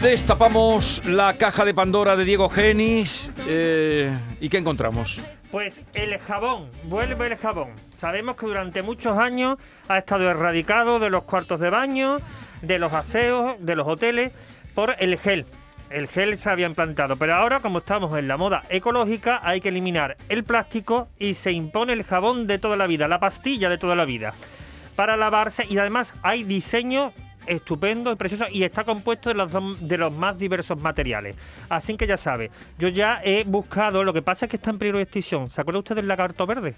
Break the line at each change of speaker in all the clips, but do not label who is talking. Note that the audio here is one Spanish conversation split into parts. destapamos la caja de Pandora de Diego Genis eh, y ¿qué encontramos?
Pues el jabón, vuelve el jabón. Sabemos que durante muchos años ha estado erradicado de los cuartos de baño, de los aseos, de los hoteles, por el gel. El gel se había implantado, pero ahora como estamos en la moda ecológica hay que eliminar el plástico y se impone el jabón de toda la vida, la pastilla de toda la vida, para lavarse y además hay diseños estupendo y precioso y está compuesto de los, de los más diversos materiales. Así que ya sabe, yo ya he buscado, lo que pasa es que está en peligro de extinción. ¿Se acuerda usted del lagarto verde?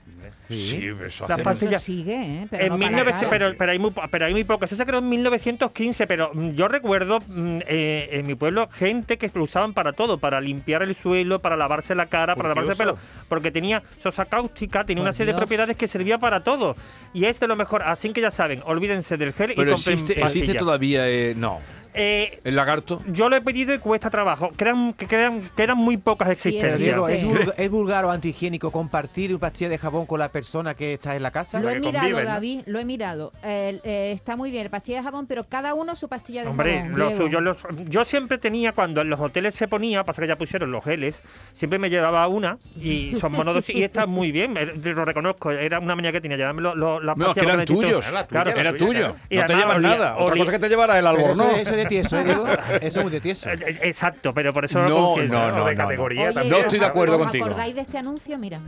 Sí, eso
Las
hace-
pastillas.
Eso sigue, ¿eh? Pero
En
no
1900
para nada.
pero, pero hay muy, po- pero hay muy poco. Eso se creó en 1915, pero mm, yo recuerdo mm, eh, en mi pueblo gente que lo usaban para todo, para limpiar el suelo, para lavarse la cara, para lavarse el pelo, porque tenía sosa cáustica, tenía
Por
una serie de
Dios.
propiedades que servía para todo. Y es de lo mejor. Así que ya saben, olvídense del gel y
Pero
compren
existe, existe
pastilla.
todavía, eh, no,
Eh,
el lagarto.
yo lo he pedido y cuesta trabajo. Quedan, que quedan, quedan muy pocas
Sí,
existencias.
sí,
Diego,
sí.
¿es, vulga- ¿es vulgar o antihigiénico compartir una pastilla de jabón con la persona que está en la casa?
Lo he
que
mirado,
conviven, ¿no?
David, lo he mirado. El, eh, está muy bien, pastilla de jabón, pero cada uno su pastilla de
Hombre,
jabón.
lo
Diego.
suyo- los- yo siempre tenía, cuando en los hoteles se ponía, pasa que ya pusieron los geles, siempre me llevaba una y son monodosis y está muy bien, eh, lo reconozco, era una manía que tenía, llevarme los lo, las
No, es que
pastillas
eran
con el
tuyos.
chito. Claro.
Era tuyo.
Y
No te
además
llevas
olía-
nada. Otra
olía-
cosa es que te llevara el
Pero eso,
albornoz.
eso es de tieso, ¿eh, Diego? Eso es muy de tieso.
Eh, eh, Exacto, pero por eso
No,
lo confieso.
no, no, no,
de
no.
categoría
Oye,
también.
No estoy de
¿os-
acuerdo
os
contigo.
acordáis de este anuncio? Mira.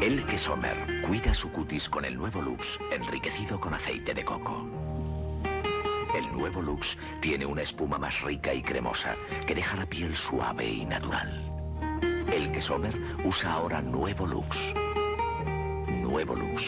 Elke Sommer cuida su cutis con el nuevo Lux, enriquecido con aceite de coco. El nuevo Lux tiene una espuma más rica y cremosa que deja la piel suave y natural. Elke Sommer usa ahora nuevo Lux. Nuevo Lux,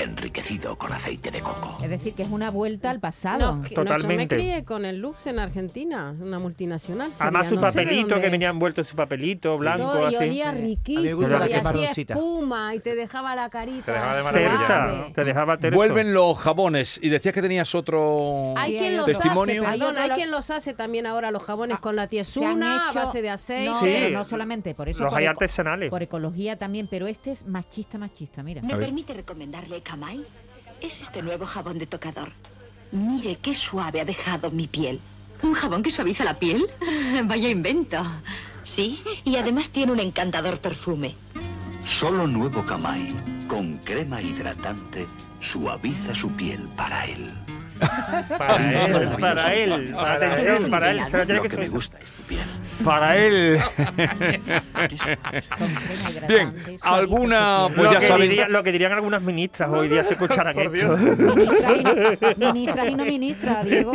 enriquecido con aceite de coco.
Es decir, que es una vuelta al pasado.
No, que- No, yo me
Totalmente.
crié con el Lux en Argentina, una multinacional. sería,
Además su
no sé de
papelito,
dónde
que
es.
venía envuelto en su papelito blanco,
Todo, y
así.
olía
A mí me
riquísimo.
gusta
la
y
que
hacía
marroncita.
espuma y te dejaba la carita.
Te dejaba de maravilla.
Tersa,
suave.
te dejaba terso.
Vuelven los jabones y decías que tenías otro...
Hay
Sí,
quien
hay
los
testimonio.
hace, perdón,
Hay
hay
otro-
quien los hace también ahora los jabones con la
Se han
tiesuna, a
hecho-
base de aceite.
No,
Sí.
pero no solamente por eso.
Los
por
hay
eco-
artesanales.
Por ecología también, pero este es machista, machista, mira.
¿Me
A ver.
permite recomendarle Kamai? Es este nuevo jabón de tocador. Mire qué suave ha dejado mi piel. ¿Un jabón que suaviza la piel? Vaya invento. Sí, y además tiene un encantador perfume.
Solo nuevo Kamai, con crema hidratante, suaviza su piel para él.
Para él, para él. Atención, para él. Se lo tiene
Lo
que
que me
suavizar.
gusta es tu piel.
Para él.
Con crema hidratante,
Bien,
suaviza
alguna...
su piel.
Pues ya
lo, que
saben...
diría- lo que dirían algunas ministras hoy día se escucharán
Por
esto.
Dios.
Ministras y no- Ministras y no ministras, Diego.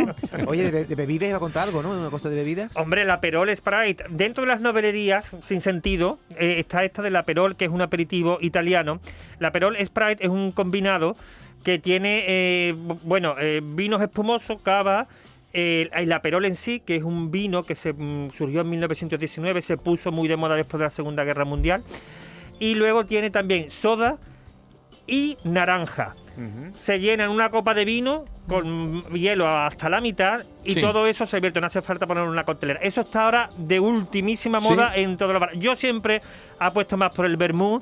Oye, de, be- de bebidas iba a contar algo, ¿no? Una cosa de bebidas.
Hombre, la Perol Sprite. Dentro de las novelerías, sin sentido, eh, está esta de la Perol, que es un aperitivo italiano. La Perol Sprite es un combinado que tiene, eh, bu- bueno, eh, vinos espumosos, cava. eh, y la Perol en sí, que es un vino que se mm, surgió en 1919, se puso muy de moda después de la Segunda Guerra Mundial. Y luego tiene también soda y naranja. se llenan una copa de vino con hielo hasta la mitad y
Sí.
todo eso se vierte. No hace falta poner una coctelera. Eso está ahora de ultimísima
Sí.
moda en todos los bares. Yo siempre apuesto más por el vermú y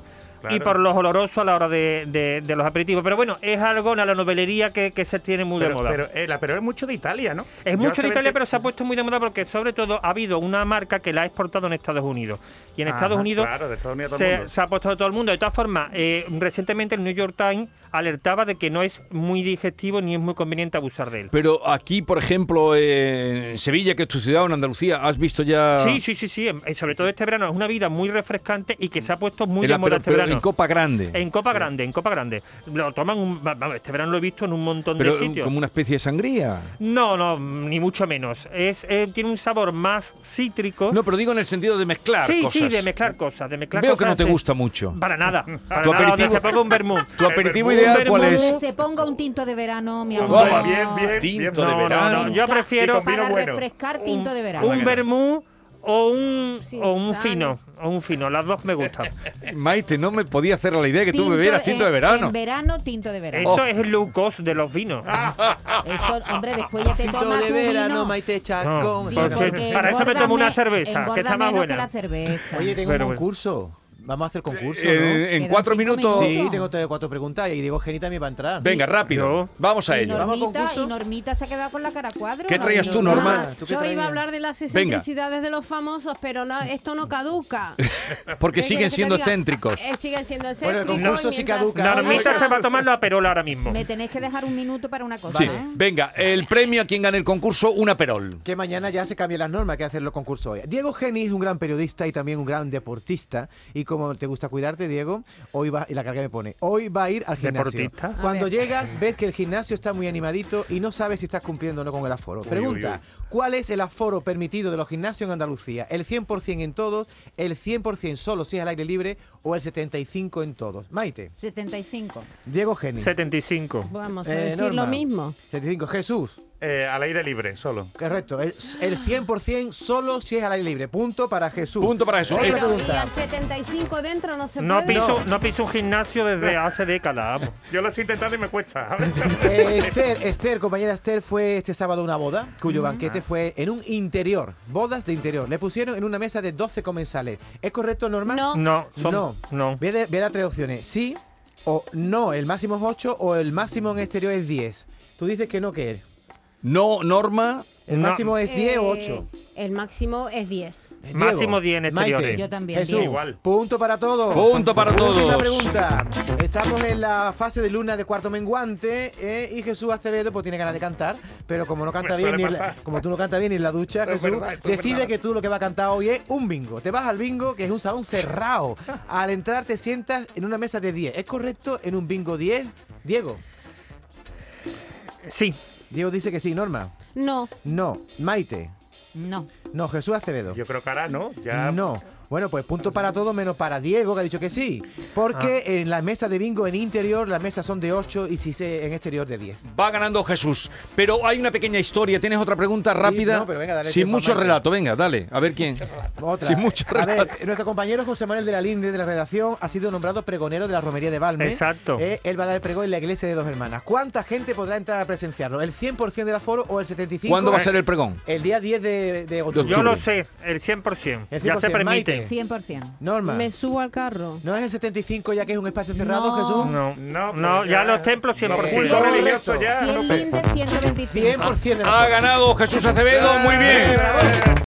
Claro.
por los olorosos a la hora de, de- de los aperitivos. Pero bueno, es algo en la novelería que, que se tiene muy de
Pero,
moda.
pero, eh, la Perol es mucho de Italia, ¿no?
Es
Yo
mucho en
sabes
Italia,
que-
pero se ha puesto muy de moda porque sobre todo ha habido una marca que la ha exportado en Estados Unidos. Y en
Ajá,
Estados Unidos,
claro, de Estados Unidos a todo el
se,
mundo.
se ha puesto todo el mundo. De todas formas, eh, recientemente el New York Times alertaba de que no es muy digestivo ni es muy conveniente abusar de él.
Pero aquí, por ejemplo, eh, en Sevilla, que es tu ciudad, o en Andalucía, ¿has visto ya...?
Sí, sí, sí, sí. em- eh, Sobre todo este verano es una vida muy refrescante y que se ha puesto muy
el
de
apero-
moda este
pero
verano.
en Copa Grande.
En Copa Grande, en Copa Grande. Lo toman, un- va- vamos, este verano lo he visto en un montón
pero um,
de sitios.
como una especie de sangría.
No, no, ni mucho menos. Es, eh, tiene un sabor más cítrico.
No, pero digo en el sentido de mezclar
sí,
cosas.
sí, de mezclar cosas, de mezclar
Veo
cosas.
que no te
sí.
gusta mucho.
Para nada. Para
Tu
nada, donde
aperitivo-
se ponga un vermú.
¿Tu aperitivo
Un
ideal
vermú-
cuál
Que
es?
se ponga un tinto de verano, mi
Vamos,
amor.
bien, bien.
Tinto de
No, no,
verano.
no. Yo
Nunca.
prefiero
con vino
Para
bueno.
refrescar tinto de verano.
un vermú o un,
Sin
o un
sal.
fino. O un fino. Las dos me gustan.
Eh, Maite, no me podía hacer la idea que tú bebieras tinto de
en-
verano.
En verano, tinto de verano.
Eso es el low cost de los vinos.
Eso, hombre, después ya te
Tinto
tomas
de
tu
verano,
vino.
Maite
No,
Chacón.
Sí,
Por
Esa
cierto,
porque
para eso me tomo
engorda
una
me-
cerveza, que
engorda
está más
menos
buena.
que la cerveza.
Oye, tengo
Pero bueno.
un concurso. Vamos a hacer concurso,
Eh, en
Quedan
cuatro
cinco
minutos.
¿no?
eh,
Sí, tengo tres o cuatro preguntas y Diego Geni también va a entrar.
Venga, rápido.
Yo.
Vamos a
Y
ello.
Vamos a
Normita,
concurso.
y Normita se ha quedado con la cara a cuadro.
¿Qué traías tú,
Ah,
Norma?
¿tú qué
yo iba
traías?
a hablar de las excentricidades de los famosos, pero no, esto no caduca.
Porque
¿Qué
siguen
quieres que te
siendo
diga?
excéntricos.
Eh, siguen siendo
Bueno, el
excéntricos.
concurso
y
sí
mientras-
caduca.
Normita
Oiga.
se va a tomar la perola ahora mismo.
Me tenéis que dejar un minuto para una cosa,
Sí.
¿eh?
Venga, el premio a quien gane el concurso, una perol.
Que mañana ya se cambian las normas que hacen los concursos hoy. Diego Geni es un gran periodista y también un gran deportista. Y como te gusta cuidarte, Diego, hoy va, y la carga me pone, hoy va a ir al gimnasio.
¿Deportista? A
Cuando
ver.
llegas, ves que el gimnasio está muy animadito y no sabes si estás cumpliendo o no con el aforo. Pregunta, ¿cuál es el aforo permitido de los gimnasios en Andalucía? ¿El 100% en todos? ¿El 100% solo si es al aire libre? ¿O el 75% en todos? Maite,
75.
Diego Geni.
75.
Vamos a
Eh,
decir
Norma.
lo mismo.
75, Jesús.
Eh, al aire libre, solo.
Correcto, el, el 100% solo si es al aire libre. Punto para Jesús.
Punto para Jesús.
Otra
Eh,
Pero, y
pregunta.
al 75 dentro no se
No
puede.
piso, no piso un gimnasio desde hace décadas. vamos.
Yo lo estoy intentando y me cuesta.
Eh, Esther, Esther, compañera Esther, fue este sábado a una boda, cuyo banquete fue en un interior, bodas de interior. Le pusieron en una mesa de 12 comensales. ¿Es correcto, Norma?
No.
No, son-
no.
no.
Voy a, de- voy a dar tres opciones. Sí o no, el máximo es 8 o el máximo en exterior es 10. Tú dices que no, que es.
No, Norma.
El
No.
máximo es 10 o
Eh,
8.
El máximo es 10.
Eh,
Diego,
máximo 10 en
Maite,
exteriores.
Yo también,
Jesús,
diez.
Igual.
Punto para todos.
Punto para
Última
todos.
pregunta. Estamos en la fase de luna de cuarto menguante eh, y Jesús Acevedo pues tiene ganas de cantar, pero como no canta
Me
bien,
Pues suele
ni en la-
pasar.
como tú no cantas bien ni en la ducha,
Eso es
Jesús,
verdad, eso es
decide
verdad.
que tú lo que va a cantar hoy es un bingo. Te vas al bingo, que es un salón cerrado. Al entrar te sientas en una mesa de 10. ¿Es correcto en un bingo 10? Diego.
Sí,
Diego dice que sí, Norma.
No.
No. Maite.
No.
No, Jesús Acevedo.
Yo creo que ahora no. Ya
No. Bueno, pues punto para todos menos para Diego, que ha dicho que sí. Porque en la mesa de bingo en interior, las mesas son de 8 y si se en exterior de 10.
Va ganando Jesús. Pero hay una pequeña historia. ¿Tienes otra pregunta rápida?
no, pero venga, dale
Sin
tiempo a
mucho
Maite.
relato. Venga, dale. A ver quién.
Otra.
Sin mucho
A ver,
relato.
nuestro compañero José Manuel de la Linde de la redacción ha sido nombrado pregonero de la romería de Balme.
Exacto.
Eh, él va a dar el pregón en la iglesia de dos hermanas. ¿Cuánta gente podrá entrar a presenciarlo? ¿El 100% del aforo o el 75%?
¿Cuándo va a ser el pregón?
El día 10 de, de octubre.
yo lo
Octubre.
sé, el 100%.
El
ya se
100%,
permite.
Maite.
100%.
Norma.
Me subo al carro.
¿No es el 75 ya que es un espacio cerrado,
No.
Jesús?
No, no,
No, pero
ya,
ya-
los templos
Los
100%.
Sí,
cultos
correcto.
religiosos ya.
100
no-
Linder, 125.
Ah,
100% del aforo.
Ha ganado Jesús Acevedo. Muy bien.
Eh,